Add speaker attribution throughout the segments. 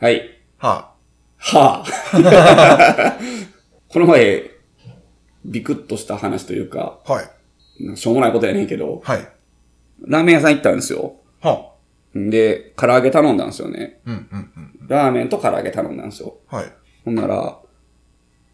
Speaker 1: はい。
Speaker 2: は
Speaker 1: はあ。 この前、ビクッとした話というか、
Speaker 2: あ、はい。
Speaker 1: なんかしょうもないことやねんけど、
Speaker 2: はい。
Speaker 1: ラーメン屋さん行ったんですよ。
Speaker 2: は
Speaker 1: んで、唐揚げ頼んだんですよね。
Speaker 2: あ。うんうんうん。
Speaker 1: ラーメンと唐揚げ頼んだんですよ。
Speaker 2: はい。
Speaker 1: ほんなら、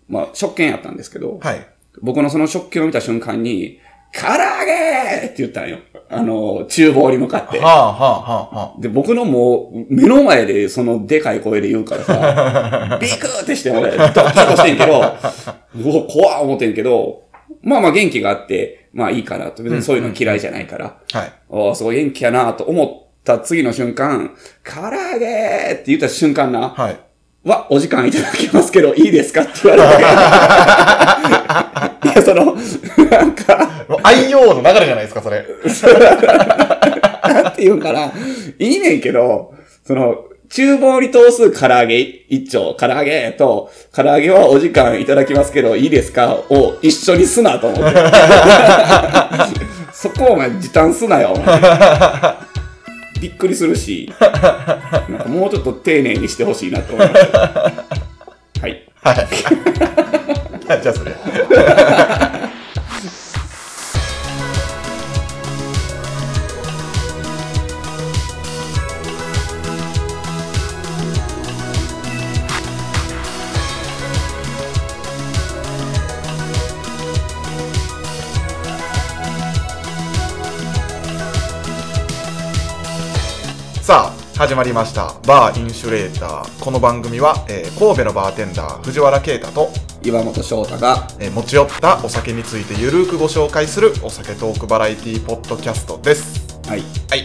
Speaker 1: まあ、食券やったんですけど、
Speaker 2: はい。
Speaker 1: 僕のその食券を見た瞬間に、唐揚げって言ったんよ。あの、厨房に向かって
Speaker 2: は。あはあはあは
Speaker 1: で、僕のもう、目の前で、その、でかい声で言うからさ、ビクーってして、俺、ドキッとしてんけど、うわ、怖っ思ってんけど、まあまあ元気があって、まあいいかなと。別にそういうの嫌いじゃないから、
Speaker 2: あ。はい。
Speaker 1: おーすごい元気やなと思った次の瞬間、唐揚げーって言った瞬間な、
Speaker 2: はい。
Speaker 1: は、お時間いただきますけど、いいですかって言われて。いや、その、なんか、
Speaker 2: もう IO の流れじゃないですか、それ。
Speaker 1: なんて言うんかな。いいねんけど、その、厨房に通す唐揚げ一丁、唐揚げと、唐揚げはお時間いただきますけど、いいですかを一緒にすなと思って。 そこお前時短すなよ、お前びっくりするし、なんかもうちょっと丁寧にしてほしいなと思いました。はい。
Speaker 2: はい じゃあそれ。さあ始まりましたバーインシュレーターこの番組は、えー神戸のバーテンダー藤原啓太と
Speaker 1: 岩本翔太が
Speaker 2: えー持ち寄ったお酒についてゆるーくご紹介するお酒トークバラエティポッドキャストです
Speaker 1: はい。
Speaker 2: はい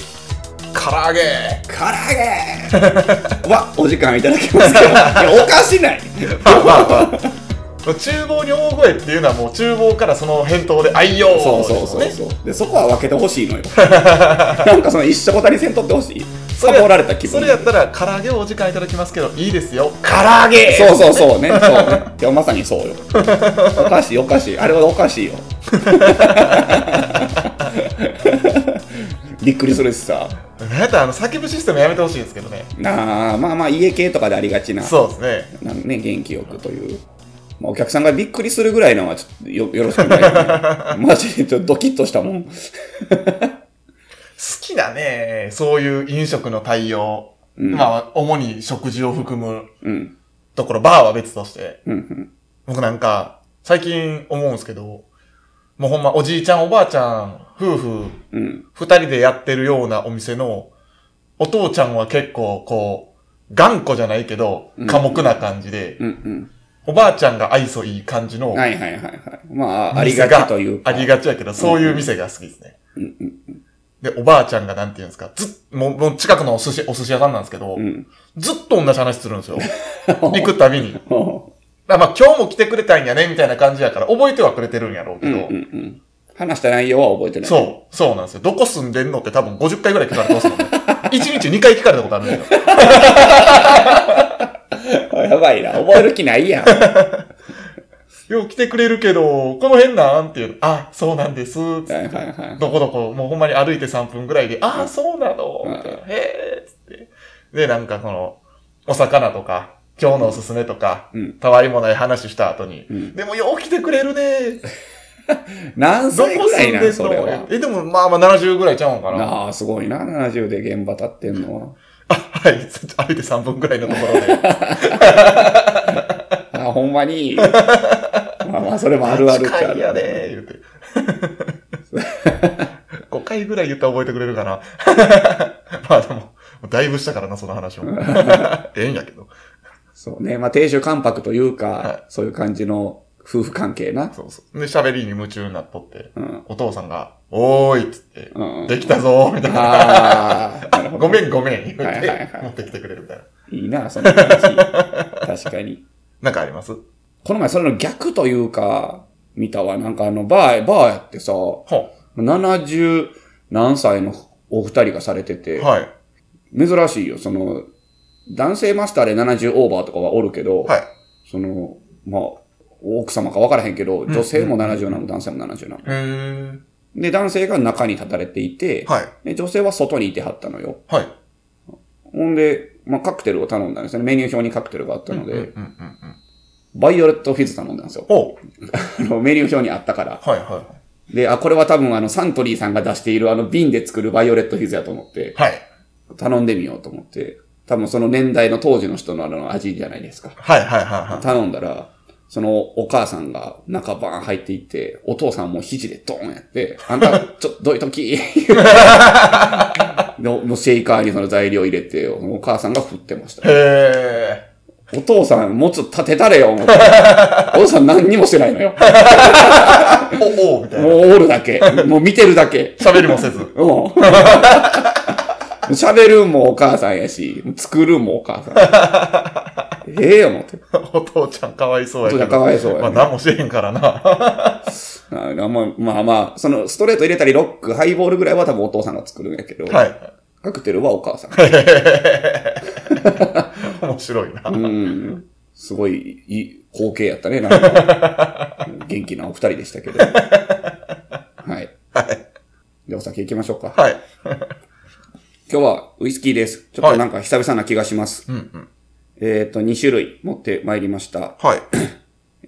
Speaker 2: 唐揚げ
Speaker 1: 唐揚げは、お時間いただきますけど。いや、おかしない
Speaker 2: まあまあまあ厨房に大声っていうのはもう厨房からその返答で「あいよー」
Speaker 1: そうそうそう
Speaker 2: ですね
Speaker 1: そう。で、そこは分けてほしいの よ。なんかその一緒ごたにせんとってほしい。サボられた気
Speaker 2: そ
Speaker 1: 分。
Speaker 2: れやったら唐揚げをお時間いただきますけどいいですよ唐揚げ
Speaker 1: そうそうそうね。そうね。でもまさにそうよ。おかしいおかしい。あれはおかしいよ。 びっくりするしさ。
Speaker 2: なんやったらあの叫ぶシステムやめてほしいんですけどね
Speaker 1: なあ、まあまあ家系とかでありがちな。
Speaker 2: そうですね
Speaker 1: なんね、元気よくという。まあ、お客さんがびっくりするぐらいのはちょっとよよろしくないよ ね。マジでちょっとドキッとしたもん。
Speaker 2: 好きだねそういう飲食の対応、まあ主に食事を含む
Speaker 1: うん。
Speaker 2: ところバーは別として
Speaker 1: うんうん。
Speaker 2: 僕なんか、最近思うんですけど、もうほんまおじいちゃんおばあちゃん、夫婦、
Speaker 1: うん。
Speaker 2: 二人でやってるようなお店の、お父ちゃんは結構こう、頑固じゃないけど、寡黙な感じで、
Speaker 1: うん
Speaker 2: おばあちゃんが愛想いい感じの
Speaker 1: うん。、はいはいはいはい。まあ、ありがちというか。
Speaker 2: ありがちやけど、そういう店が好きですね。
Speaker 1: うんうん
Speaker 2: で、おばあちゃんがなんて言うんですか、ずっ、もう、もう近くのお寿司、お寿司屋さんなんですけど、
Speaker 1: うん。
Speaker 2: ずっと同じ話するんで すよ。行くたびに。
Speaker 1: うん
Speaker 2: あまあ今日も来てくれたんやね、みたいな感じやから、覚えてはくれてるんやろうけ
Speaker 1: うん
Speaker 2: ど、
Speaker 1: うん。話した内容は覚えてない。う。
Speaker 2: そう、そうなんですよ。どこ住んでんのって多分50回ぐらい聞かれてますもんね。1日2回聞かれたことあるんだけど。
Speaker 1: やばいな。覚える気ないや ん。は
Speaker 2: よう来てくれるけど、この辺なんっていう、あ、そうなんです。つっ
Speaker 1: いはい
Speaker 2: て
Speaker 1: はい。
Speaker 2: どこどこ、もうほんまに歩いて3分ぐらいで、あ、そうなの
Speaker 1: うん
Speaker 2: みたいなへえ、つって。で、なんかその、お魚とか、今日のおすすめとか
Speaker 1: うん、
Speaker 2: たわいもない話した後に、
Speaker 1: うん
Speaker 2: でもよう来てくれるね。
Speaker 1: 何
Speaker 2: ど
Speaker 1: 歳
Speaker 2: こ
Speaker 1: ぐら
Speaker 2: 住
Speaker 1: い
Speaker 2: ん
Speaker 1: なん
Speaker 2: でん
Speaker 1: それは
Speaker 2: の。え、でもまあまあ70ぐらいちゃうんかな。
Speaker 1: なあ、すごいな。70で現場立ってんのは。
Speaker 2: あはい。歩いて3分ぐらいのところで。
Speaker 1: あ、ほんま に。まあ まあ、それもあるあるっちゃあ
Speaker 2: 近いや
Speaker 1: る。
Speaker 2: で、言 うて。5回ぐらい言ったら覚えてくれるかな。 まあでも、もうだいぶしたからな、その話も。 ええんやけど。
Speaker 1: そうね。まあ、亭主関白というか、
Speaker 2: は
Speaker 1: そういう感じの夫婦関係な。
Speaker 2: そうそう。で、喋りに夢中になっとって、
Speaker 1: うん。
Speaker 2: お父さんが、おーいっつって、
Speaker 1: うん。
Speaker 2: できたぞーみたいな。
Speaker 1: ああ、なるほ
Speaker 2: ごめんごめん言うて、
Speaker 1: はいはいはい
Speaker 2: 持ってきてくれるみたいな。
Speaker 1: ど。いいな、その話。確かに。
Speaker 2: なんかあります
Speaker 1: この前、それの逆というか、見たわ。なんかあの、バー、バーやってさ、
Speaker 2: ほ
Speaker 1: 70何歳のお二人がされて
Speaker 2: う
Speaker 1: て、
Speaker 2: はい。
Speaker 1: 珍しいよ。その、男性マスターで70オーバーとかはおるけど、
Speaker 2: はい。
Speaker 1: その、まあ、奥様か分からへんけど、女性も70なの、男性も70なの。
Speaker 2: うーん。
Speaker 1: で、男性が中に立たれていて、
Speaker 2: はい。
Speaker 1: で女性は外にいてはったのよ。
Speaker 2: はい。
Speaker 1: ほんで、まあ、カクテルを頼んだんですよね。メニュー表にカクテルがあったので、
Speaker 2: うんうんうんうん。
Speaker 1: バイオレットフィズ頼んだんですよ。
Speaker 2: お
Speaker 1: あの、メニュー表にあったから。
Speaker 2: はいは
Speaker 1: で、あ、これは多分あの、サントリーさんが出しているあの、瓶で作るバイオレットフィズやと思って
Speaker 2: い。、はい。
Speaker 1: 頼んでみようと思って、多分その年代の当時の人のあの、味じゃないですか。
Speaker 2: はいはいはいはい。
Speaker 1: 頼んだら、そのお母さんが中バーン入っていって、お父さんも肘でドーンやって、あんた、ちょっとどいときのもうシェイカーにその材料入れて、お母さんが振ってました。
Speaker 2: へ
Speaker 1: お父さん、もうちょっと立てたれよ、思ってお父さん何にもしてないのよ。
Speaker 2: ー。お、おみたい
Speaker 1: も
Speaker 2: な。
Speaker 1: うおるだけ。もう見てるだけ。
Speaker 2: 喋りもせず。
Speaker 1: うん。喋るんもお母さんやし、作るんもお母さん。ええ思って。
Speaker 2: お父ちゃんかわいそうやけど。
Speaker 1: お父ちゃんかわいそうやね
Speaker 2: まあ何もしてへんからな。
Speaker 1: あまあまあまあ、そのストレート入れたりロック、ハイボールぐらいは多分お父さんが作るんやけど、
Speaker 2: はい。
Speaker 1: カクテルはお母さん。
Speaker 2: 面白いな。
Speaker 1: うん。すごいいい光景やったね、なんか。元気なお二人でしたけど。はい。
Speaker 2: はい。
Speaker 1: で、お酒行きましょうか。
Speaker 2: はい。
Speaker 1: 今日はウイスキーです。ちょっとなんか久々な気がします。
Speaker 2: うんうん。
Speaker 1: えっ、と、2種類持ってまいりました。
Speaker 2: はい。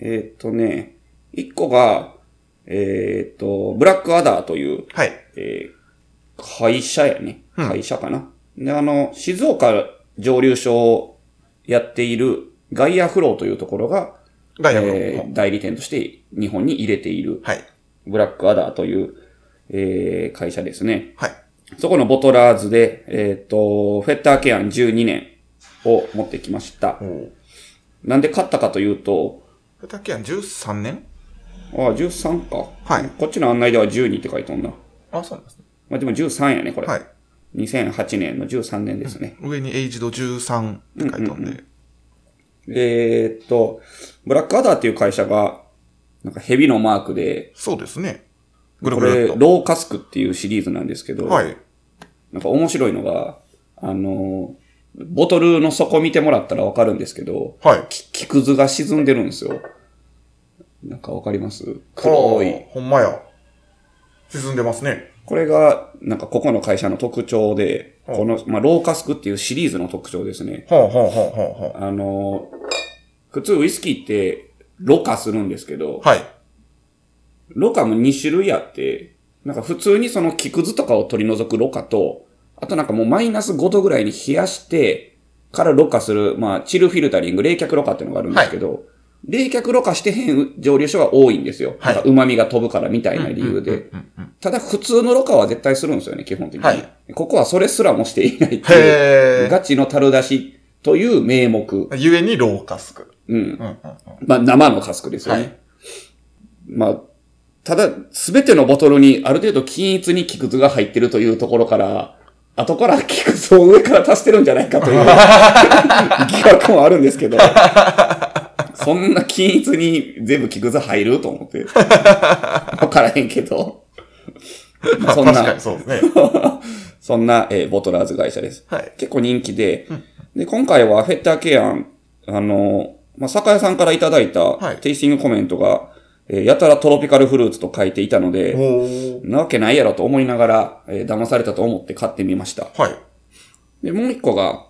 Speaker 1: えっ、とね、1個が、えっ、と、ブラックアダーという、
Speaker 2: はい。
Speaker 1: えー会社やね。会社かな。で、あの、静岡上流所をやっているガイアフローというところが、
Speaker 2: ガイア
Speaker 1: え
Speaker 2: の。
Speaker 1: ー代理店として日本に入れている
Speaker 2: はい。
Speaker 1: ブラックアダーという、えー会社ですね。
Speaker 2: はい。
Speaker 1: そこのボトラーズで、えっ、と、フェッターケアン12年を持ってきました
Speaker 2: お。お。
Speaker 1: なんで買ったかというと、
Speaker 2: ふたけやん13年
Speaker 1: あ13か。
Speaker 2: はい
Speaker 1: こっちの案内では12って書いてあるな。
Speaker 2: あ、そうなんですね。
Speaker 1: まあ、でも13やね、これ。
Speaker 2: はい。
Speaker 1: 2008年の13年ですね。
Speaker 2: 上にエイジド13って書いたんで。
Speaker 1: えーっと、ブラックアダーっていう会社が、なんか蛇のマークで、
Speaker 2: そうですね。ぐる
Speaker 1: こ
Speaker 2: ぐる
Speaker 1: れ、
Speaker 2: っと。
Speaker 1: ローカスクっていうシリーズなんですけど、
Speaker 2: はい。
Speaker 1: なんか面白いのが、あの、ボトルの底見てもらったらわかるんですけど、
Speaker 2: はい。
Speaker 1: き木くずが沈んでるんですよ。なんかわかります黒
Speaker 2: あら
Speaker 1: い。。
Speaker 2: ほんまや。沈んでますね。
Speaker 1: これが、なんかここの会社の特徴で、
Speaker 2: はい
Speaker 1: この、まあ、ローカスクっていうシリーズの特徴ですね。
Speaker 2: はあはあはあはあは
Speaker 1: あの、普通ウイスキーって、ろ過するんですけど、
Speaker 2: あ。はい。
Speaker 1: ろ過も2種類あって、なんか普通にその木くずとかを取り除くろ過と、あとなんかもうマイナス5度ぐらいに冷やして、からろ過する、まあ、チルフィルタリング、冷却ろ過っていうのがあるんですけど、冷却ろ過してへん蒸留所が多いんですよ。
Speaker 2: はい
Speaker 1: なんか旨味が飛ぶからみたいな理由で。
Speaker 2: うんうん
Speaker 1: ただ普通のろ過は絶対するんですよね、基本的に。
Speaker 2: はい
Speaker 1: ここはそれすらもしていないっていう、
Speaker 2: へえ。
Speaker 1: ガチの樽出しという名目。
Speaker 2: ゆえにローカスク。
Speaker 1: うん
Speaker 2: う。んうんうん。
Speaker 1: まあ、生のカスクですよね。
Speaker 2: はい
Speaker 1: まあ、ただ、すべてのボトルにある程度均一に木くずが入ってるというところから、後から木くずを上から足してるんじゃないかと いう疑惑もあるんですけど、そんな均一に全部木くず入ると思って。 わからへんけど。まあそん
Speaker 2: 確か
Speaker 1: な
Speaker 2: に、そうで すね。
Speaker 1: そんな、えーボトラーズ会社です。
Speaker 2: はい。
Speaker 1: 結構人気で、で、今回はフェッターケアン、あの、まあ、酒屋さんからいただい
Speaker 2: は
Speaker 1: た
Speaker 2: い
Speaker 1: テイスティングコメントが、えーやたらトロピカルフルーツと書いていたの
Speaker 2: お
Speaker 1: で、
Speaker 2: ー。
Speaker 1: なわけないやろと思いながら、えー騙されたと思って買ってみました。
Speaker 2: はい。
Speaker 1: で、もう一個が、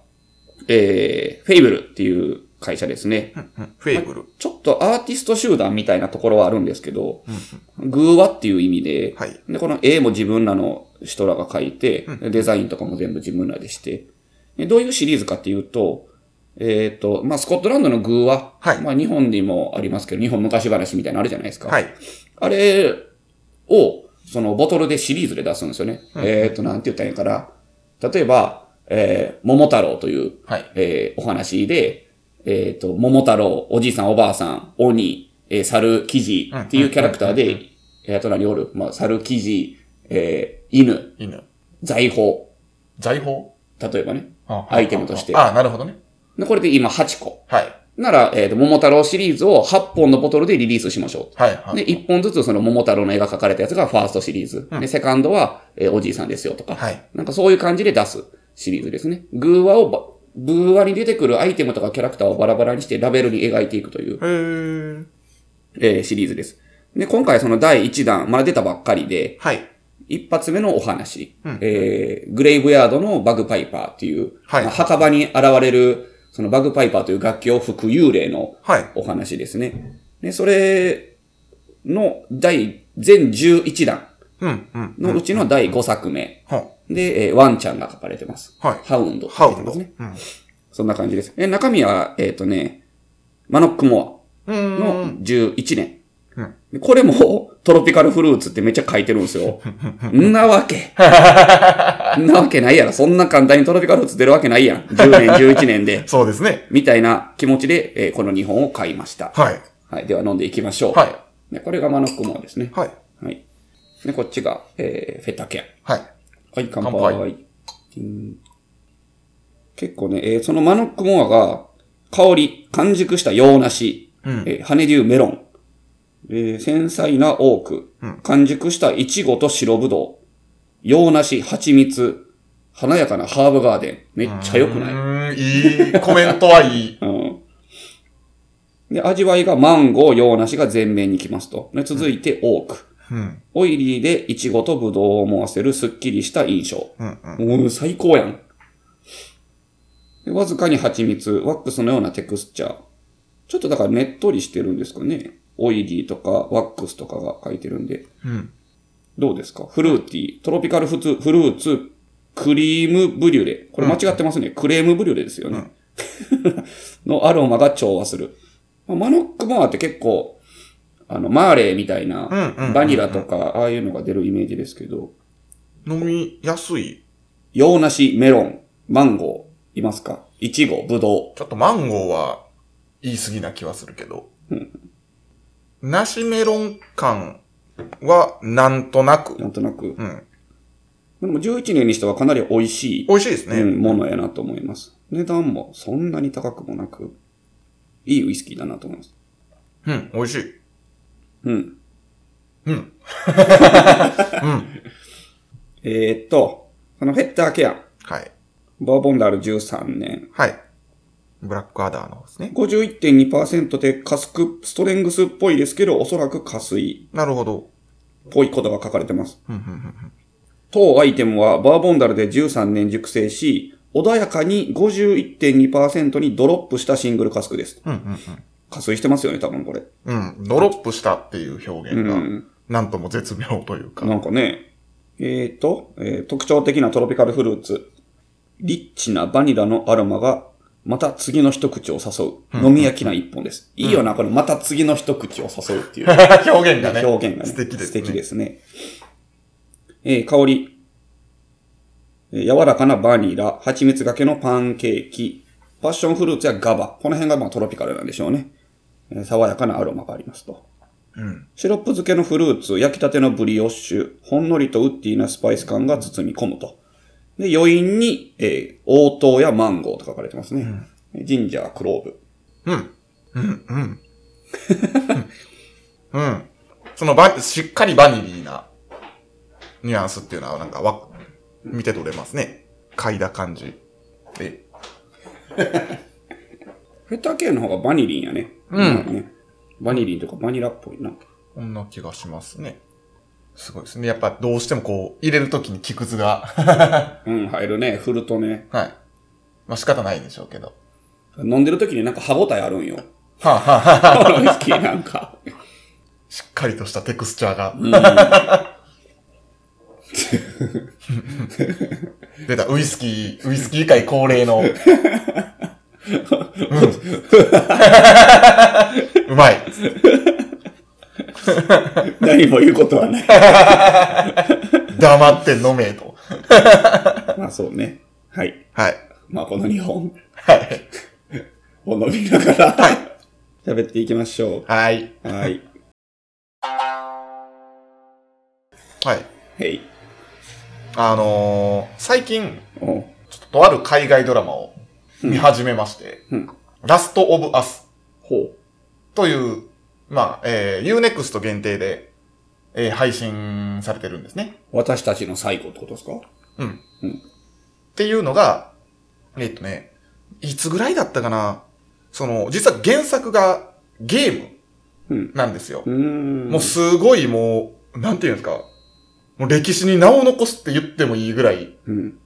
Speaker 1: えー、フェイブルっていう会社ですね。
Speaker 2: うんフェイブル。
Speaker 1: ちょっとアーティスト集団みたいなところはあるんですけど、偶話っていう意味で、
Speaker 2: はい
Speaker 1: で、この絵も自分らの人らが描いて、デザインとかも全部自分らでして、でどういうシリーズかっていうと、えっ、と、まあ、スコットランドの偶話、
Speaker 2: はい
Speaker 1: まあ、日本にもありますけど、日本昔話みたいなのあるじゃないですか。
Speaker 2: はい。
Speaker 1: あれを、そのボトルでシリーズで出すんですよね。えっ、と、なんて言ったらいいかな。例えば、えー、桃太郎という、
Speaker 2: はい
Speaker 1: えーお話で、えっ、と、桃太郎、おじいさん、おばあさん、鬼、えー猿、キジっていうキャラクターで、えーあと何おるまあ、猿、キジ、えー犬、
Speaker 2: 犬。
Speaker 1: 財宝、
Speaker 2: 財宝
Speaker 1: 例えばね。
Speaker 2: あ
Speaker 1: アイテムとして
Speaker 2: あ、なるほどね。
Speaker 1: でこれで今8個。
Speaker 2: はい。
Speaker 1: なら、えっ、と、桃太郎シリーズを8本のボトルでリリースしましょう。
Speaker 2: はい。はい。
Speaker 1: で、一本ずつその桃太郎の絵が描かれたやつがファーストシリーズ。で、セカンドは、えーおじいさんですよとか。
Speaker 2: はい
Speaker 1: なんかそういう感じで出すシリーズですね。偶話をば、偶話に出てくるアイテムとかキャラクターをバラバラにしてラベルに描いていくという、
Speaker 2: へー
Speaker 1: えーシリーズです。で、今回その第1弾、まだ出たばっかりで、
Speaker 2: はい。
Speaker 1: 一発目のお話、
Speaker 2: うん
Speaker 1: えー、グレイブヤードのバグパイパーっていう、
Speaker 2: はい
Speaker 1: まあ墓場に現れる、そのバグパイパーという楽器を吹く幽霊の
Speaker 2: はい。
Speaker 1: お話ですね。で、それの第、全11弾
Speaker 2: うん、うん。
Speaker 1: のうちの第5作目
Speaker 2: は
Speaker 1: で、えーワンちゃんが書かれてます。
Speaker 2: はい
Speaker 1: ハウンド。
Speaker 2: ハウンド。う
Speaker 1: ね。
Speaker 2: ん。
Speaker 1: そんな感じです。え、中身は、えっ、とね、マノックモ
Speaker 2: う
Speaker 1: ア
Speaker 2: ー
Speaker 1: の
Speaker 2: ん。
Speaker 1: 11年。
Speaker 2: うん
Speaker 1: でこれも、トロピカルフルーツってめっちゃ書いてるんです よ。んなわけ。んなわけないやろ。そんな簡単にトロピカルフルーツ出るわけないやん。10年、11年 で。
Speaker 2: そうですね。
Speaker 1: みたいな気持ちで、えーこの2本を買いました。
Speaker 2: はい。
Speaker 1: はい。では飲んでいきましょう。
Speaker 2: は
Speaker 1: でこれがマノックモアですね
Speaker 2: い。。はい。
Speaker 1: はい。で、こっちが、えー、フェタケア。
Speaker 2: はい。
Speaker 1: はい、乾
Speaker 2: 乾
Speaker 1: 杯。
Speaker 2: 杯
Speaker 1: ティン結構ね、えーそのマノックモアが、香り、完熟した洋梨、
Speaker 2: うん
Speaker 1: えーハネデューメロン、えー繊細なオーク、
Speaker 2: うん
Speaker 1: 完熟したイチゴと白ぶどう、洋梨、蜂蜜、華やかなハーブガーデン。めっちゃ良くないう
Speaker 2: ーん、いい。コメントはいい。
Speaker 1: うん。で、味わいがマンゴー、洋梨が前面に来ますと。で続いて、オーク。
Speaker 2: うん。
Speaker 1: オイリーでイチゴとブドウを思わせるスッキリした印象。
Speaker 2: うん、うん。
Speaker 1: もう最高やん。でわずかに蜂蜜、ワックスのようなテクスチャー。ちょっとだからねっとりしてるんですかね。オイリーとかワックスとかが書いてるんで。
Speaker 2: うん。
Speaker 1: どうですかフルーティー、トロピカルフツフルーツ、クリームブリュレ。これ間違ってますね。クレームブリュレですよね。 のアロマが調和する。まあマノックモアって結構、あの、マーレーみたいな、
Speaker 2: うんうんうんうん
Speaker 1: バニラとか、ああいうのが出るイメージですけど、
Speaker 2: 飲みやすい。
Speaker 1: 洋梨、メロン、マンゴー、いますかイチゴ、ブドウ。
Speaker 2: ちょっとマンゴーは言い過ぎな気はするけど。梨メロン感はなんとなく。
Speaker 1: なんとなく。
Speaker 2: うん。
Speaker 1: でも11年にしてはかなり美味しい、
Speaker 2: 美味しいですね。
Speaker 1: うんものやなと思います。値段もそんなに高くもなく、いいウイスキーだなと思います。
Speaker 2: うん、美味しい。
Speaker 1: うん。
Speaker 2: うん。
Speaker 1: えーっと、そのフェッターケア、
Speaker 2: はい。
Speaker 1: バーボンダル13年、
Speaker 2: はい。ブラックアダーのですね。
Speaker 1: 51.2%でカスク、ストレングスっぽいですけど、おそらく加水
Speaker 2: なるほど。
Speaker 1: っぽいことが書かれてます。
Speaker 2: うん、うん、うん
Speaker 1: 当アイテムはバーボンダルで13年熟成し、穏やかに51.2%にドロップしたシングルカスクです。
Speaker 2: うん。うん、
Speaker 1: 加水してますよね、多分これ。
Speaker 2: うん、うん。うん。ドロップしたっていう表現
Speaker 1: う
Speaker 2: が
Speaker 1: ん、
Speaker 2: なんとも絶妙というか。
Speaker 1: なんかね、えーっと、えー特徴的なトロピカルフルーツ、リッチなバニラのアロマが、また次の一口を誘う、飲み飽きない一本です。いいよな、このまた次の一口を誘うっていう
Speaker 2: 表現がね。
Speaker 1: 表現がね、
Speaker 2: 素敵ですね。
Speaker 1: 素敵ですね。えー香り、えー柔らかなバニラ、蜂蜜がけのパンケーキ、パッションフルーツやガバ、この辺がまあトロピカルなんでしょうね。えー爽やかなアロマがありますと。
Speaker 2: うん。
Speaker 1: シロップ漬けのフルーツ、焼きたてのブリオッシュ、ほんのりとウッディなスパイス感が包み込むと。で、余韻に、えー、応答やマンゴーと書かれてますね。ジンジャー、クローブ。
Speaker 2: うん。うん。うん。うん。そのバ、しっかりバニリーなニュアンスっていうのはなんかわ、見て取れますね。嗅いだ感じ。で、
Speaker 1: フェタ系の方がバニリンやね。
Speaker 2: うん
Speaker 1: まあねバニリンとかバニラっぽいな。
Speaker 2: こんな気がしますね。すごいですね。やっぱどうしてもこう、入れるときに木くずが。
Speaker 1: うん、入るね。振るとね。
Speaker 2: はい。まあ仕方ないんでしょうけど。
Speaker 1: 飲んでる時になんか歯応えあるんよ。
Speaker 2: はあ、はあはあ、
Speaker 1: このウイスキーなんか。
Speaker 2: しっかりとしたテクスチャーが。 出た、ウイスキー、ウイスキー界恒例の。うん、うまい。
Speaker 1: 何も言うことはない。
Speaker 2: 黙って飲めと。
Speaker 1: まあそうね。はい。
Speaker 2: はい。
Speaker 1: まあこの2本
Speaker 2: はい。
Speaker 1: を飲みながら、 喋っていきましょ
Speaker 2: はい。
Speaker 1: う。はい。
Speaker 2: は
Speaker 1: は
Speaker 2: い。
Speaker 1: い。
Speaker 2: あのー、最近、
Speaker 1: お
Speaker 2: ちょっととある海外ドラマを見始めまして、
Speaker 1: うん
Speaker 2: ラストオブアス
Speaker 1: ほ
Speaker 2: という、まあ、えー、UNEXT 限定で、えー配信されてるんですね。
Speaker 1: う。私たちの最後ってことですか
Speaker 2: うん。
Speaker 1: うん
Speaker 2: っていうのが、えっとね、いつぐらいだったかなその、実は原作がゲー
Speaker 1: う
Speaker 2: ム
Speaker 1: ん
Speaker 2: なんですよ。
Speaker 1: うーん。
Speaker 2: もうすごいもう、なんていうんですか、もう歴史に名を残すって言ってもいいぐらい、
Speaker 1: うん。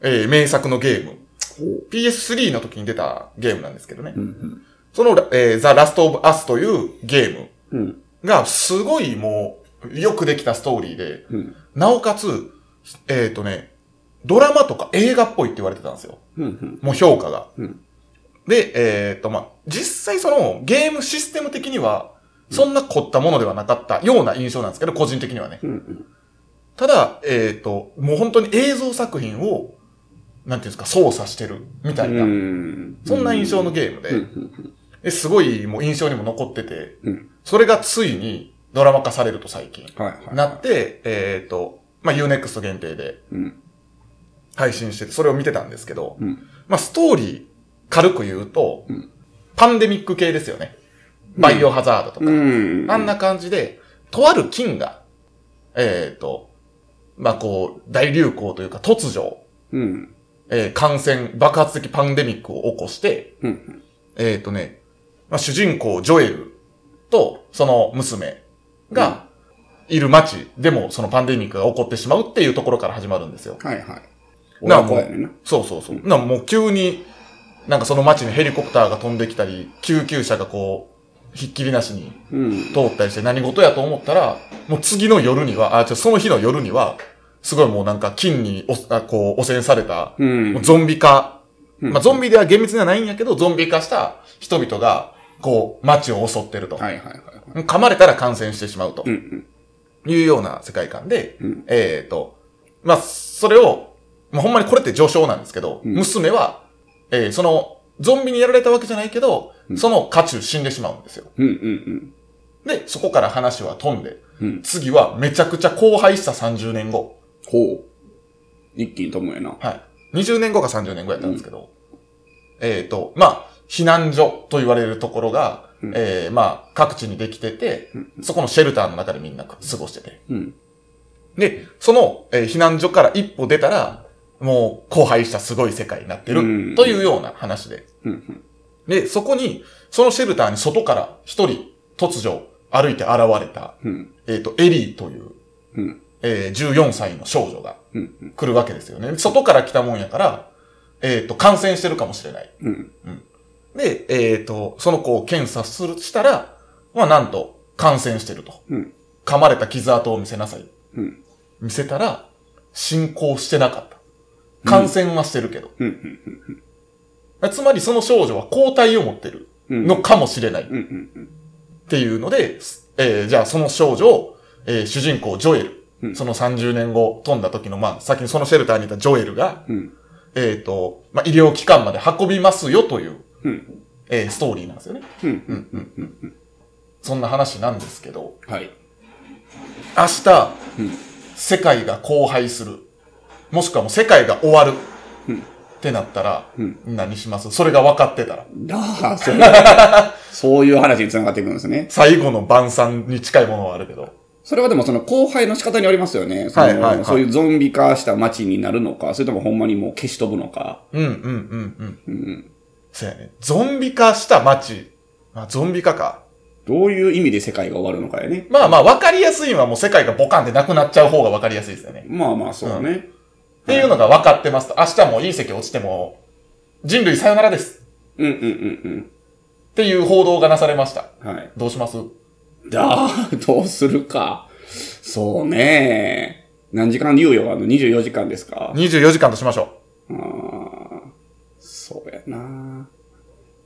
Speaker 2: えー名作のゲーム。
Speaker 1: ほう。
Speaker 2: PS3 の時に出たゲームなんですけどね
Speaker 1: う。ん。
Speaker 2: その、えー、The Last of Us というゲー
Speaker 1: う
Speaker 2: ム
Speaker 1: ん。
Speaker 2: が、すごいもう、よくできたストーリーで、
Speaker 1: うん。
Speaker 2: なおかつ、えっ、とね、ドラマとか映画っぽいって言われてたんですよ。
Speaker 1: うん。うん。
Speaker 2: もう評価が。
Speaker 1: うん
Speaker 2: で、えっ、と、まあ、実際そのゲームシステム的には、そんな凝ったものではなかったような印象なんですけど、個人的にはね。
Speaker 1: うん。
Speaker 2: ただ、えっ、と、もう本当に映像作品を、なんていうんですか、操作してるみたいな、
Speaker 1: うん。
Speaker 2: そんな印象のゲームで、
Speaker 1: うん。
Speaker 2: ですごいもう印象にも残ってて、
Speaker 1: うん
Speaker 2: それがついにドラマ化されると最近、
Speaker 1: はいはい。
Speaker 2: なって、えっ、と、まあ、Unext 限定で
Speaker 1: うん。
Speaker 2: 配信してて、それを見てたんですけど、
Speaker 1: うん。
Speaker 2: まあ、ストーリー、軽く言うと、
Speaker 1: うん
Speaker 2: パンデミック系ですよね。バイオハザードとか。
Speaker 1: うん。
Speaker 2: あんな感じで、とある菌が、えっ、と、まあ、こう、大流行というか突如、
Speaker 1: うん。
Speaker 2: えー感染、爆発的パンデミックを起こして、
Speaker 1: うん。
Speaker 2: えっ、とね、まあ、主人公ジョエルとその娘がいる町でもそのパンデミックが起こってしまうっていうところから始まるんですよ。
Speaker 1: はいはい。
Speaker 2: なあ
Speaker 1: 親子やねんな。
Speaker 2: そうそうそう。なんかもう急に、なんかその街にヘリコプターが飛んできたり、救急車がこう、ひっきりなしに
Speaker 1: うん。
Speaker 2: 通ったりして何事やと思ったら、もう次の夜には、あ、じゃその日の夜には、すごいもうなんか金にお、あこう、汚染された、
Speaker 1: うん
Speaker 2: もう。ゾンビ化。
Speaker 1: うん
Speaker 2: まあゾンビでは厳密にはないんやけど、ゾンビ化した人々が、こう、街を襲ってると。
Speaker 1: はいはいはいはい。
Speaker 2: 噛まれたら感染してしまうと
Speaker 1: うん。うん。
Speaker 2: いうような世界観で、
Speaker 1: うん
Speaker 2: えっ、と、まあ、それを、まあ、ほんまにこれって序章なんですけど、
Speaker 1: うん
Speaker 2: 娘は、えーその、ゾンビにやられたわけじゃないけど、
Speaker 1: うん
Speaker 2: その渦中死んでしまうんですよ。
Speaker 1: うん。うん。
Speaker 2: で、そこから話は飛んで、
Speaker 1: うん。
Speaker 2: 次はめちゃくちゃ荒廃した30年後。
Speaker 1: ほう。一気に飛ぶんやな。
Speaker 2: はい。20年後か30年後やったんですけど、えっ、と、まあ、避難所と言われるところが、
Speaker 1: うん
Speaker 2: えーまあ、各地にできてて、そこのシェルターの中でみんな過ごしてて。
Speaker 1: うん。
Speaker 2: で、その、えー避難所から一歩出たら、もう、荒廃したすごい世界になってる、
Speaker 1: うん
Speaker 2: というような話で。
Speaker 1: うん。
Speaker 2: で、そこに、そのシェルターに外から一人、突如、歩いて現れた、
Speaker 1: うん。
Speaker 2: えっ、と、エリーという、
Speaker 1: うん。
Speaker 2: えー14歳の少女が
Speaker 1: うん。
Speaker 2: 来るわけですよね。外から来たもんやから、えっ、と、感染してるかもしれない。
Speaker 1: うん。
Speaker 2: で、えっ、と、その子を検査する、したら、まあ、なんと、感染してると。
Speaker 1: うん。
Speaker 2: 噛まれた傷跡を見せなさい。
Speaker 1: うん。
Speaker 2: 見せたら、進行してなかった。感染はしてるけど。
Speaker 1: うん。うん。
Speaker 2: つまりその少女は抗体を持ってる
Speaker 1: うん。
Speaker 2: のかもしれないっ
Speaker 1: うん。うん。
Speaker 2: ていうので、えーじゃあその少女を、えー主人公ジョエル、
Speaker 1: うん
Speaker 2: その30年後飛んだ時の、まあ、先にそのシェルターにいたジョエルが、
Speaker 1: うん。
Speaker 2: えっ、と、まあ、医療機関まで運びますよという、
Speaker 1: うん。
Speaker 2: えーストーリーなんですよね。
Speaker 1: うん。
Speaker 2: うんうんうんうんそんな話なんですけど、
Speaker 1: はい。
Speaker 2: 明日、
Speaker 1: うん
Speaker 2: 世界が荒廃する。もしくはもう世界が終わる。
Speaker 1: うん
Speaker 2: ってなったら、
Speaker 1: うん
Speaker 2: 何しますそれが分かってたら。
Speaker 1: ああ、そう。そういう話に繋がっていくんですね。
Speaker 2: 最後の晩餐に近いものはあるけど。
Speaker 1: それはでもその後輩の仕方によりますよね。その
Speaker 2: はいはいはい
Speaker 1: そういうゾンビ化した街になるのか、それともほんまにもう消し飛ぶのか。
Speaker 2: うんうんうんうん。
Speaker 1: うん、
Speaker 2: そうやね。ゾンビ化した街。まあ、ゾンビ化か。
Speaker 1: どういう意味で世界が終わるのかやね。
Speaker 2: まあまあ、分かりやすいのはもう世界がボカンってなくなっちゃう方が分かりやすいですよね。
Speaker 1: まあまあ、そうね。
Speaker 2: っていうのが分かってますと、明日も隕石落ちても、人類さよならです。
Speaker 1: うんうんうん
Speaker 2: っていう報道がなされました。
Speaker 1: うん。はい。
Speaker 2: どうします
Speaker 1: だー、 どうするか。そうね何時間猶予があるの ?24 時間ですか
Speaker 2: ?24 時間としましょ
Speaker 1: あーそうやな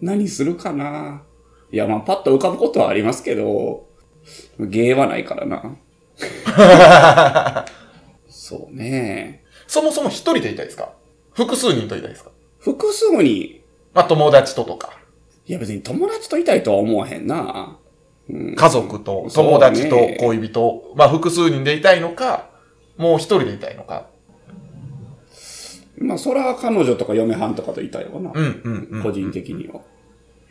Speaker 1: 何するかないや、まあ、パッと浮かぶことはありますけど、芸はないから な。そうね
Speaker 2: う。そもそも一人でいたいですか複数人といたいですか
Speaker 1: 複数に、
Speaker 2: まあ、友達ととか、
Speaker 1: いや別に友達といたいとは思わへんな。
Speaker 2: 家族と、
Speaker 1: そうね
Speaker 2: 友達と恋人、まあ、複数人でいたいのか、もう一人でいたいのか。
Speaker 1: まあ、そら彼女とか嫁はんとかといたいわな。
Speaker 2: うん、うん、うん。
Speaker 1: 個人的には。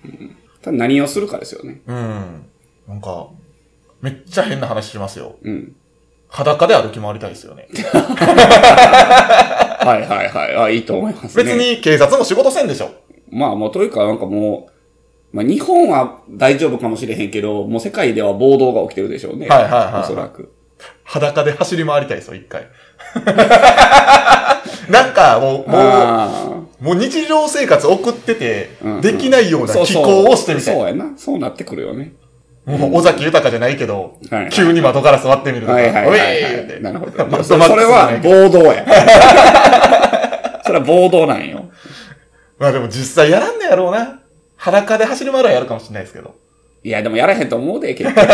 Speaker 1: うん、ただ何をするかですよね。
Speaker 2: うん。なんか、めっちゃ変な話しますよ。
Speaker 1: うん。
Speaker 2: 裸で歩き回りたいですよね。
Speaker 1: はいはいはい。あ、いいと思いますね。
Speaker 2: 別に警察も仕事せんでしょ。
Speaker 1: まあもうというかなんかもう、まあ日本は大丈夫かもしれへんけど、もう世界では暴動が起きてるでしょうね。
Speaker 2: はいはいはい
Speaker 1: おそらく。
Speaker 2: 裸で走り回りたいですよ、一回。 なんかもう、も
Speaker 1: あ
Speaker 2: う、もう日常生活送ってて
Speaker 1: うんう、ん
Speaker 2: できないよう
Speaker 1: あ。
Speaker 2: な
Speaker 1: そう
Speaker 2: 気
Speaker 1: そう。
Speaker 2: 候をしてみたい。
Speaker 1: そうやな。そうなってくるよね。
Speaker 2: もう、尾崎豊じゃないけど、
Speaker 1: はい
Speaker 2: 急に窓ガラス割ってみるとか、
Speaker 1: はいはいはい
Speaker 2: ウェ
Speaker 1: は
Speaker 2: ーって
Speaker 1: い。なるほど。
Speaker 2: マッドマックス
Speaker 1: それは
Speaker 2: ね
Speaker 1: 暴動や。 それは暴動なんよ。
Speaker 2: まあでも実際やらんねやろうな。裸で走り回るはやるかもしれないですけど。
Speaker 1: いや、でもやらへんと思うで、結局。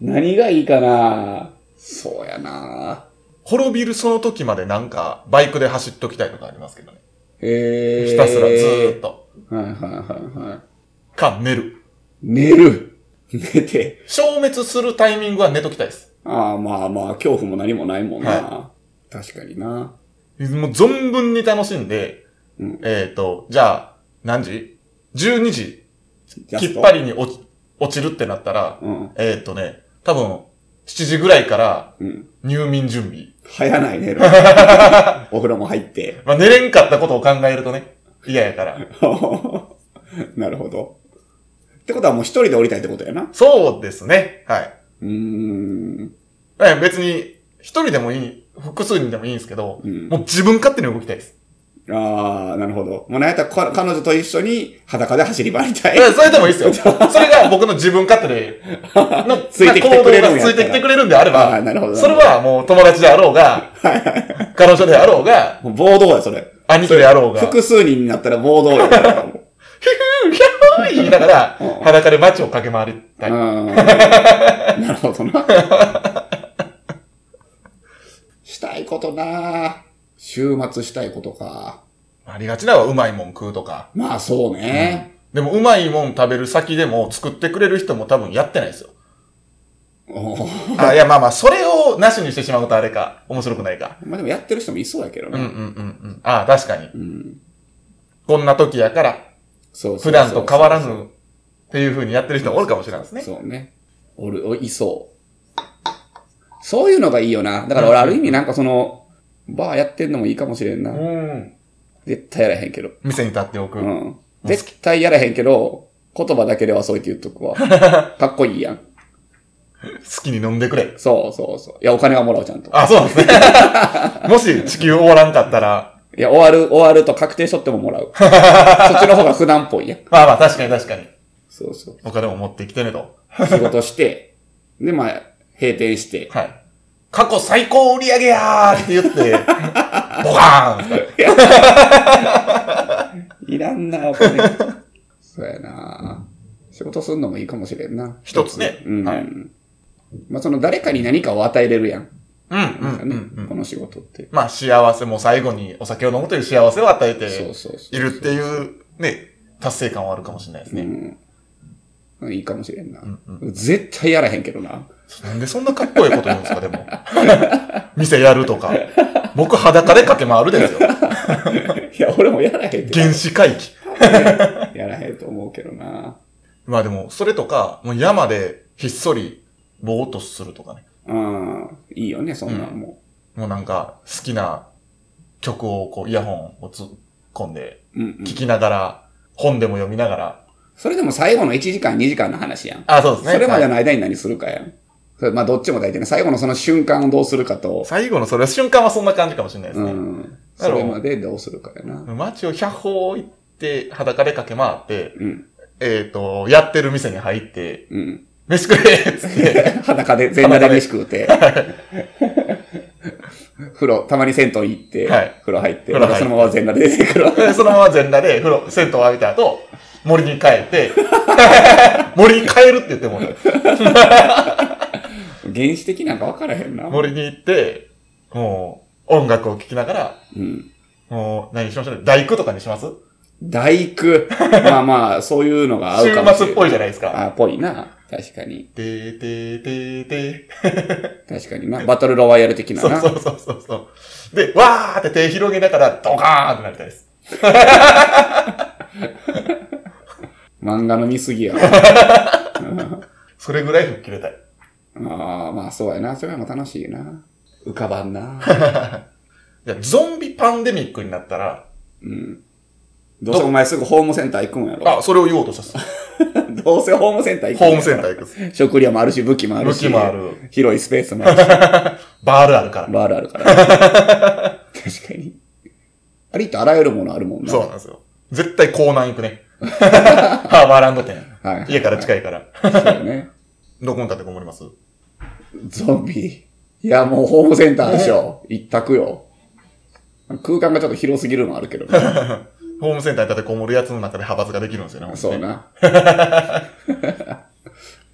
Speaker 1: 何がいいかなそうやな
Speaker 2: 滅びるその時までなんか、バイクで走っときたいとかありますけどね。
Speaker 1: へえ。
Speaker 2: ひたすらずーっと。
Speaker 1: と。はいはいはいはい。
Speaker 2: か、寝る。
Speaker 1: 寝る。寝て。
Speaker 2: 消滅するタイミングは寝ときたいです。
Speaker 1: ああ、まあまあ、恐怖も何もないもんな。
Speaker 2: は
Speaker 1: 確かにな。
Speaker 2: もう存分に楽しんで、
Speaker 1: うん
Speaker 2: えっ、と、じゃあ、何時 ?12 時、
Speaker 1: ジャ
Speaker 2: き
Speaker 1: ス
Speaker 2: っ
Speaker 1: ト
Speaker 2: ぱ。りに落ち落ちるってなったら、
Speaker 1: うん。
Speaker 2: えっ、とね、多分、7時ぐらいから
Speaker 1: うん。
Speaker 2: 入眠準備。
Speaker 1: 早ない 寝る。お風呂も入って。
Speaker 2: まあ、寝れんかったことを考えるとね、嫌やから。
Speaker 1: なるほど。ってことはもう一人で降りたいってことやな。
Speaker 2: そうですね。はい。
Speaker 1: うーん。
Speaker 2: え別に、一人でもいい、複数人でもいいんですけど、
Speaker 1: うん
Speaker 2: もう自分勝手に動きたいです。
Speaker 1: ああ、なるほど。もうなんやったらか彼女と一緒に裸で走り回りたい
Speaker 2: い。やそれでもいいですよ。それが僕の自分 勝手で、の
Speaker 1: ついてきてくれるんやったら
Speaker 2: 行動がついてきてくれるんであ れ
Speaker 1: あ
Speaker 2: ば
Speaker 1: あ、、なるほど。
Speaker 2: それ、はもう友達であろうが、彼女であろうが、
Speaker 1: もう暴動や、それ。
Speaker 2: 兄貴であろうが、
Speaker 1: 複数人になったら暴動やから。もう
Speaker 2: 言いながら
Speaker 1: うん、
Speaker 2: 裸で街を駆け回りた
Speaker 1: う
Speaker 2: い。
Speaker 1: ん。 なるほどな。したいことな週末したいことか。
Speaker 2: ありがちなのはうまいもん食うとか。
Speaker 1: まあそうね。
Speaker 2: でもうまいもん食べる先でも作ってくれる人も多分やってないですよ。
Speaker 1: おー
Speaker 2: あいや、まあまあ、それをなしにしてしまうとあれか、面白くないか。
Speaker 1: まあでもやってる人もいそうやけど
Speaker 2: うんうんうん
Speaker 1: ね。
Speaker 2: うん。ああ、確かに。
Speaker 1: うん。
Speaker 2: こんな時やから、
Speaker 1: そうそうそう
Speaker 2: 普段と変わらぬっていう風にやってる人もおるかもしれないですね。
Speaker 1: そうね。おる、おいそう。そういうのがいいよな。だから俺ある意味なんかその、バーやってんのもいいかもしれんな。
Speaker 2: うん。
Speaker 1: 絶対やらへんけど。
Speaker 2: 店に立っておく。
Speaker 1: うん。絶対やらへんけど、言葉だけではそう言って言っとく わ。かっこいいやん。
Speaker 2: 好きに飲んでくれ。
Speaker 1: そうそうそう。いや、お金はもらうちゃんと。
Speaker 2: あ、そうなんです ね。もし地球終わらんかったら、
Speaker 1: いや、終わる、終わると確定しとってももら う。そっちの方が普段っぽいやん。
Speaker 2: まあまあ確かに確かに。
Speaker 1: そうそう。
Speaker 2: お金も持ってきてねと。
Speaker 1: 仕事して、で、まあ、閉店して。
Speaker 2: はい。過去最高売り上げやーって言って、 ボカーン
Speaker 1: いらん な、お金。そうやな仕事すんのもいいかもしれんな。
Speaker 2: 一つね
Speaker 1: うん。
Speaker 2: はい
Speaker 1: まあ、その誰かに何かを与えれるやん。
Speaker 2: うんう
Speaker 1: なん
Speaker 2: ん
Speaker 1: か
Speaker 2: うん
Speaker 1: ね、
Speaker 2: うん。
Speaker 1: この仕事って。
Speaker 2: まあ幸せも最後にお酒を飲むという幸せを与え
Speaker 1: そう
Speaker 2: て
Speaker 1: そうそう。
Speaker 2: いるっていうね、達成感はあるかもしれないですね。
Speaker 1: うん。いいかもしれんな。
Speaker 2: ん
Speaker 1: 絶対やらへんけどな。
Speaker 2: なんでそんなかっこいいこと言うんですか、でも。 店やるとか。僕裸で駆け回るで すよ。
Speaker 1: いや、俺もやらへんけど。
Speaker 2: 原始回帰。
Speaker 1: やらへんと思うけどな。
Speaker 2: まあでも、それとか、もう山でひっそりぼーっとするとかね。
Speaker 1: うん。いいよね、そんなんも
Speaker 2: もうなんか、好きな曲をこう、イヤホンを突っ込んで、
Speaker 1: う。うん、うん。
Speaker 2: 聞きながら、本でも読みながら。
Speaker 1: それでも最後の1時間、2時間の話やん。
Speaker 2: あ、そうですね。
Speaker 1: それまで
Speaker 2: はい
Speaker 1: の間に何するかやん。それまあ、どっちも大体ね、最後のその瞬間をどうするかと、
Speaker 2: 最後のそれは瞬間はそんな感じかもしれないです
Speaker 1: う
Speaker 2: ね。
Speaker 1: ん。それまでどうするかやな。
Speaker 2: 街を100歩行って、裸で駆け回って、
Speaker 1: うん。
Speaker 2: えっ、と、やってる店に入って、
Speaker 1: うん。
Speaker 2: 飯食えっつって、
Speaker 1: 裸で、全裸で飯食うて。風呂、たまに銭湯行って、
Speaker 2: はい
Speaker 1: 風呂入って、
Speaker 2: 風呂
Speaker 1: ま
Speaker 2: 入って
Speaker 1: たそのまま全裸で出てくる。
Speaker 2: でそのまま全裸で風呂、銭湯を浴びた後、森に帰って、 森に帰るって言っても、
Speaker 1: 原始的なんか分からへんな。
Speaker 2: 森に行って、もう、音楽を聴きながら、
Speaker 1: うん。
Speaker 2: もう、何しましょう大工とかにします
Speaker 1: 大工。まあまあ、そういうのが合うかもしれな
Speaker 2: 週
Speaker 1: い。
Speaker 2: 末っぽいじゃないですか。
Speaker 1: あ、ぽいな。確かに。
Speaker 2: てーてーてーて
Speaker 1: 確かにな。バトルロワイヤル的
Speaker 2: ー。
Speaker 1: な
Speaker 2: そ
Speaker 1: な。
Speaker 2: うそうそうそうそう。で、わーって手広げながら、ドカーンってなりたいです。
Speaker 1: 漫画の見すぎや。
Speaker 2: それぐらい吹っ切れたい。
Speaker 1: ああ、まあそうやな。それも楽しいな。浮かばん な。
Speaker 2: じゃあゾンビパンデミックになったら、
Speaker 1: うん。どうせお前すぐホームセンター行くんやろ。
Speaker 2: あ、それを言おうとしたっす。
Speaker 1: どうせホームセンター行く
Speaker 2: ホームセンター行く。
Speaker 1: ー。食料もあるし、武器もある
Speaker 2: 武
Speaker 1: し。
Speaker 2: 器もあ。る。
Speaker 1: 広いスペースもあ るし、
Speaker 2: バールあるから。
Speaker 1: バールあるから。確 かに。ありとあらゆるものあるもんな。
Speaker 2: そうなんですよ。絶対港南行く ね。ハーバーランド店。
Speaker 1: はい。
Speaker 2: 家から
Speaker 1: い。
Speaker 2: 近いから。
Speaker 1: そうだね。
Speaker 2: どこに立ってこもります
Speaker 1: ゾンビ。いや、もうホームセンターでしょ。一択よ。空間がちょっと広すぎるのはあるけどね、
Speaker 2: ホームセンターに立てこもるやつの中で派閥ができるんですよね。
Speaker 1: そうな。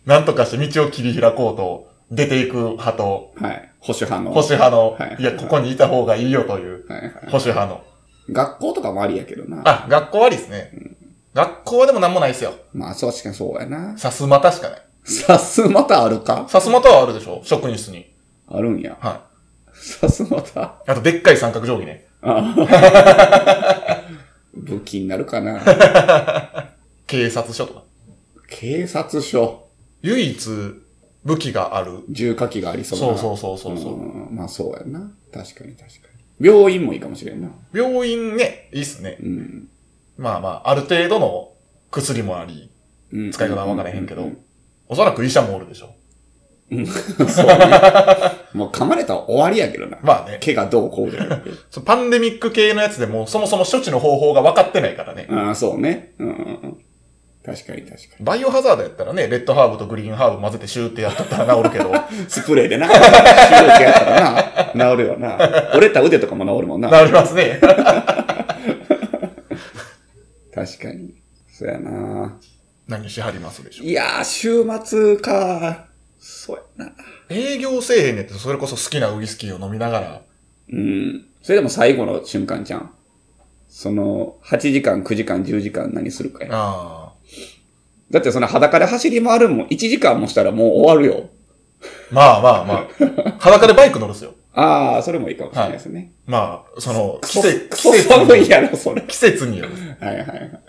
Speaker 2: なんとかして道を切り開こうと、出ていく派と、
Speaker 1: はい。保守派の。
Speaker 2: 保守派の
Speaker 1: はい、
Speaker 2: いや、ここにいた方がいいよという、
Speaker 1: はいはい。
Speaker 2: 保守派の。
Speaker 1: 学校とかもありやけどな。
Speaker 2: あ、学校ありですね。学校はでもなんもないですよ。
Speaker 1: まあ、そう確かにそうやな。
Speaker 2: さすまたしかない。
Speaker 1: さすまたあるか
Speaker 2: さすまたはあるでしょ職員室に。
Speaker 1: あるんや。
Speaker 2: は
Speaker 1: さすまた。
Speaker 2: い。あと、でっかい三角定規ね。
Speaker 1: 武器になるか な。
Speaker 2: 警察署とか。
Speaker 1: 警察署、
Speaker 2: 唯一、武器がある。
Speaker 1: 重火器がありそう
Speaker 2: そ
Speaker 1: な。
Speaker 2: うそうそうそうそう。
Speaker 1: うんまあ、そうやな。確かに確かに。病院もいいかもしれんな。
Speaker 2: 病院ね、いいっすね。
Speaker 1: うん。
Speaker 2: まあまあ、ある程度の薬もあり、
Speaker 1: うん
Speaker 2: 使い方は分からへんけ
Speaker 1: う
Speaker 2: ど
Speaker 1: う、
Speaker 2: おそらく医者もおるでしょ。
Speaker 1: うん そうね。もう噛まれたら終わりやけどな。
Speaker 2: まあね。
Speaker 1: 毛がどうこう じゃなくて。
Speaker 2: そのパンデミック系のやつでも、そもそも処置の方法が分かってないからね。
Speaker 1: ああ、そうね。うんうんうん。確かに確か
Speaker 2: バイオハザードやったらね、レッドハーブとグリーンハーブ混ぜてシューってやっとったら治る けど、
Speaker 1: に。スプレーでな。 手術やったらな。治るよな。折れた腕とかも治るもんな。
Speaker 2: 治りますね。
Speaker 1: 確かに。そうやな。
Speaker 2: 何しはりますでしょう。
Speaker 1: いやー、週末か。そうやな。
Speaker 2: 営業せえへんねんって、それこそ好きなウイスキーを飲みながら、
Speaker 1: うん。それでも最後の瞬間じゃん。その、8時間、9時間、10時間何するかや。
Speaker 2: あ
Speaker 1: だってその裸で走り回るのも1時間もしたらもう終わるよ。
Speaker 2: あ、まあまあまあ、裸でバイク乗るっすよ。
Speaker 1: ああ、それもいいかもしれないですね。
Speaker 2: まあ、その、季
Speaker 1: そ
Speaker 2: 節、
Speaker 1: ク
Speaker 2: 季
Speaker 1: ソ
Speaker 2: 節
Speaker 1: 寒い
Speaker 2: に、
Speaker 1: やろ、それ。
Speaker 2: 季節による。
Speaker 1: はいはいはい。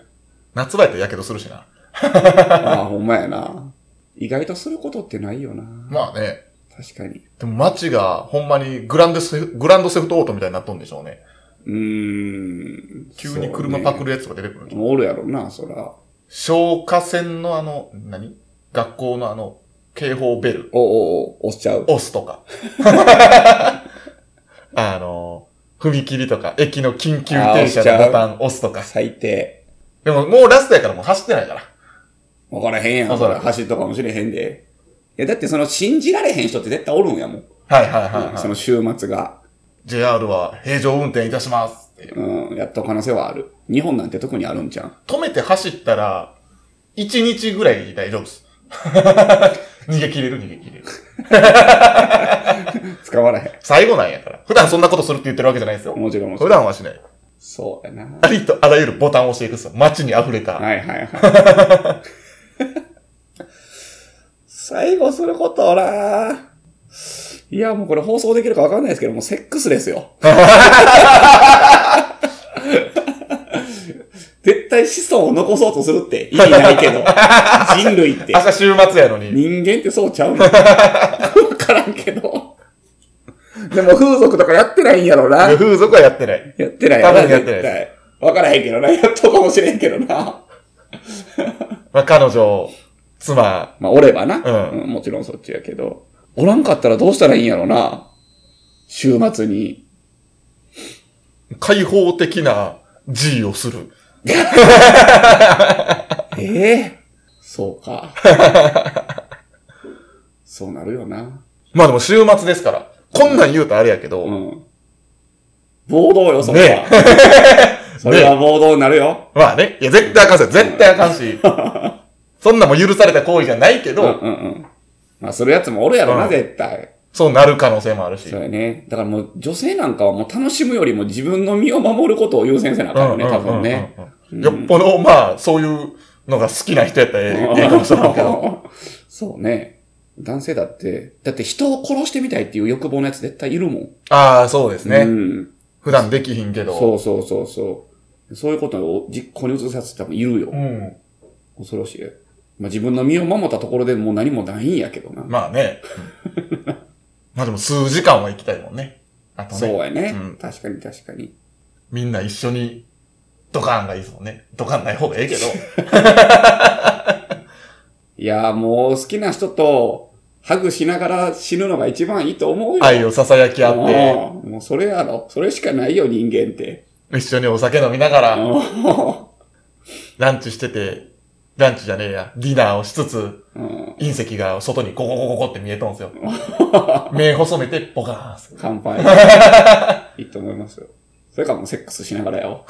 Speaker 2: 夏場やったらやけどするしな。
Speaker 1: ああ、ほんまやな。意外とすることってないよな。
Speaker 2: まあね、
Speaker 1: 確かに。
Speaker 2: でも街がほんまにグランドセフ、グランドセフトオートみたいになっとんでしょうね。
Speaker 1: うーん。
Speaker 2: 急に車パク
Speaker 1: る。
Speaker 2: るやつとか出てくるんでしょ
Speaker 1: おるやろな、そら。
Speaker 2: 消火栓のあの、何学校のあの、警報ベル、
Speaker 1: おおお、押しちゃう。
Speaker 2: 押すと か。あの、踏切とか、駅の緊急停車のボタン押すとか。
Speaker 1: 最低。
Speaker 2: でももうラストやからもう走ってないから。
Speaker 1: わからへんやん。
Speaker 2: おそらく
Speaker 1: 走ったかもしれへんで。いや、だってその信じられへん人って絶対おるんやもん。
Speaker 2: はいはいはい、
Speaker 1: そ
Speaker 2: はい。
Speaker 1: の週末が、
Speaker 2: JR は平常運転いたしますって。
Speaker 1: うん、やった可能性はある。日本なんて特にあるんじゃん。
Speaker 2: 止めて走ったら、1日ぐらい大丈夫です。 逃げ切れる逃げ切れる。
Speaker 1: 使われへ
Speaker 2: 最後なんやから。普段そんなことするって言ってるわけじゃないですよ
Speaker 1: ん。。もちろんもち
Speaker 2: 普
Speaker 1: ろん。
Speaker 2: 段はしない。
Speaker 1: そうやな。
Speaker 2: ありとあらゆるボタンを押していくんですよ。街に溢れた。
Speaker 1: はいはいはい。最後することないや、もうこれ放送できるかわかんないですけど、もうセックスです よ。絶対子孫を残そうとするって意味ないけど、人類って
Speaker 2: 明。日週末やのに。
Speaker 1: 人間ってそうちゃうの わからんけど。でも風俗とかやってないんやろな。や
Speaker 2: 風俗はやってない。
Speaker 1: ってないよ
Speaker 2: 多
Speaker 1: な、
Speaker 2: 分やってない
Speaker 1: 絶対。わからへんけどな。やっとかもしれんけどな。
Speaker 2: まあ、彼女、妻、
Speaker 1: まあ、おればな、
Speaker 2: うん
Speaker 1: もちろんそっちやけど。おらんかったらどうしたらいいんやろな。週末に。
Speaker 2: 開放的な G をする。
Speaker 1: ええそうか。 そうなるよな。
Speaker 2: まあでも週末ですから。こんなん言うとあれやけど、
Speaker 1: うん。暴動よ、それは。 それは暴動になるよ。
Speaker 2: まあね、いや絶対あかんすよ。絶対あかん し。そんなんも許された行為じゃないけど、
Speaker 1: うんうんうん。まあ、するやつもおるやろな、
Speaker 2: うん
Speaker 1: 絶対。
Speaker 2: そうなる可能性もあるし。
Speaker 1: そうやね。だからもう女性なんかはもう楽しむよりも自分の身を守ることを優先せなあかんよね、多分ね。
Speaker 2: うんうんうんうん。よっぽど、まあ、そういうのが好きな人やったらえ えええかもしれん けど。
Speaker 1: そうね。男性だって、だって人を殺してみたいっていう欲望のやつ絶対いるもん。
Speaker 2: ああ、そうです
Speaker 1: う
Speaker 2: ね。
Speaker 1: ん。
Speaker 2: 普段できひんけど。
Speaker 1: そうそうそうそう。そういうことを実行に移すやつ多分いるよ
Speaker 2: う。ん。
Speaker 1: 恐ろしい。まあ、自分の身を守ったところでもう何もないんやけどな。
Speaker 2: まあね。まあでも数時間は行きたいもんね。あと
Speaker 1: そう
Speaker 2: ね。
Speaker 1: やね。
Speaker 2: うん
Speaker 1: 確かに確かに。
Speaker 2: みんな一緒に、ドカンがいいですもんね。ドカンない方がええけど。
Speaker 1: いやーもう好きな人とハグしながら死ぬのが一番いいと思うよ。
Speaker 2: 愛を囁き合って、
Speaker 1: うんもうそれやろ。それしかないよ、人間って。
Speaker 2: 一緒にお酒飲みなが
Speaker 1: う
Speaker 2: ら、
Speaker 1: ん
Speaker 2: ランチしてて、ランチじゃねえや、ディナーをしつつ、
Speaker 1: うん
Speaker 2: 隕石が外にゴゴゴゴゴって見えとん すよ。目細めて、ポカーンす。
Speaker 1: 乾 杯。いいと思いますよ。それかもうセックスしながらよ。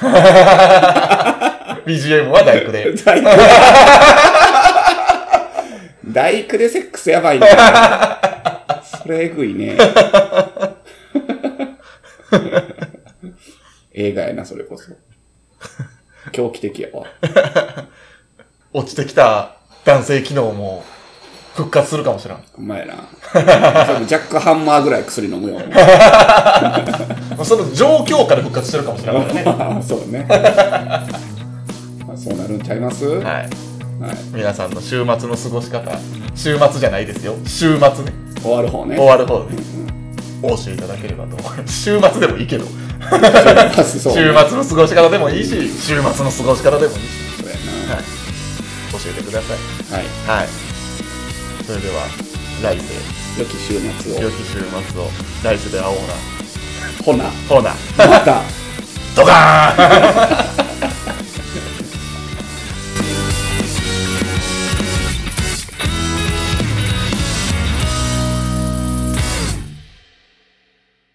Speaker 2: BGM は大工で。
Speaker 1: 大工。大工でセックスやばいね。それえぐいね。映画やな、それこそ。狂気的やわ。
Speaker 2: 落ちてきた男性機能も復活するかもしれん。
Speaker 1: お前やな。多分ジャックハンマーぐらい薬飲むよ。
Speaker 2: まあその状況下で復活してるかもしれないからね。
Speaker 1: そうね。まあそうなるんちゃいますは
Speaker 2: はい。
Speaker 1: い。
Speaker 2: 皆さんの週末の過ごし方、週末じゃないですよ。週末ね。
Speaker 1: 終わる方ね
Speaker 2: 終。わる方で、お教えいただければと思います。週末でもいいけど、
Speaker 1: そう
Speaker 2: 週末の過ごし方でもいいし、週末の過ごし方でもいいし、
Speaker 1: そうや
Speaker 2: はい。教えてください。
Speaker 1: な。はい。
Speaker 2: はい。それでは、来世、
Speaker 1: 良き週末
Speaker 2: 良
Speaker 1: を
Speaker 2: き。週末を、来世で会おうな。
Speaker 1: ほな、
Speaker 2: ほな、
Speaker 1: また。
Speaker 2: ドカーン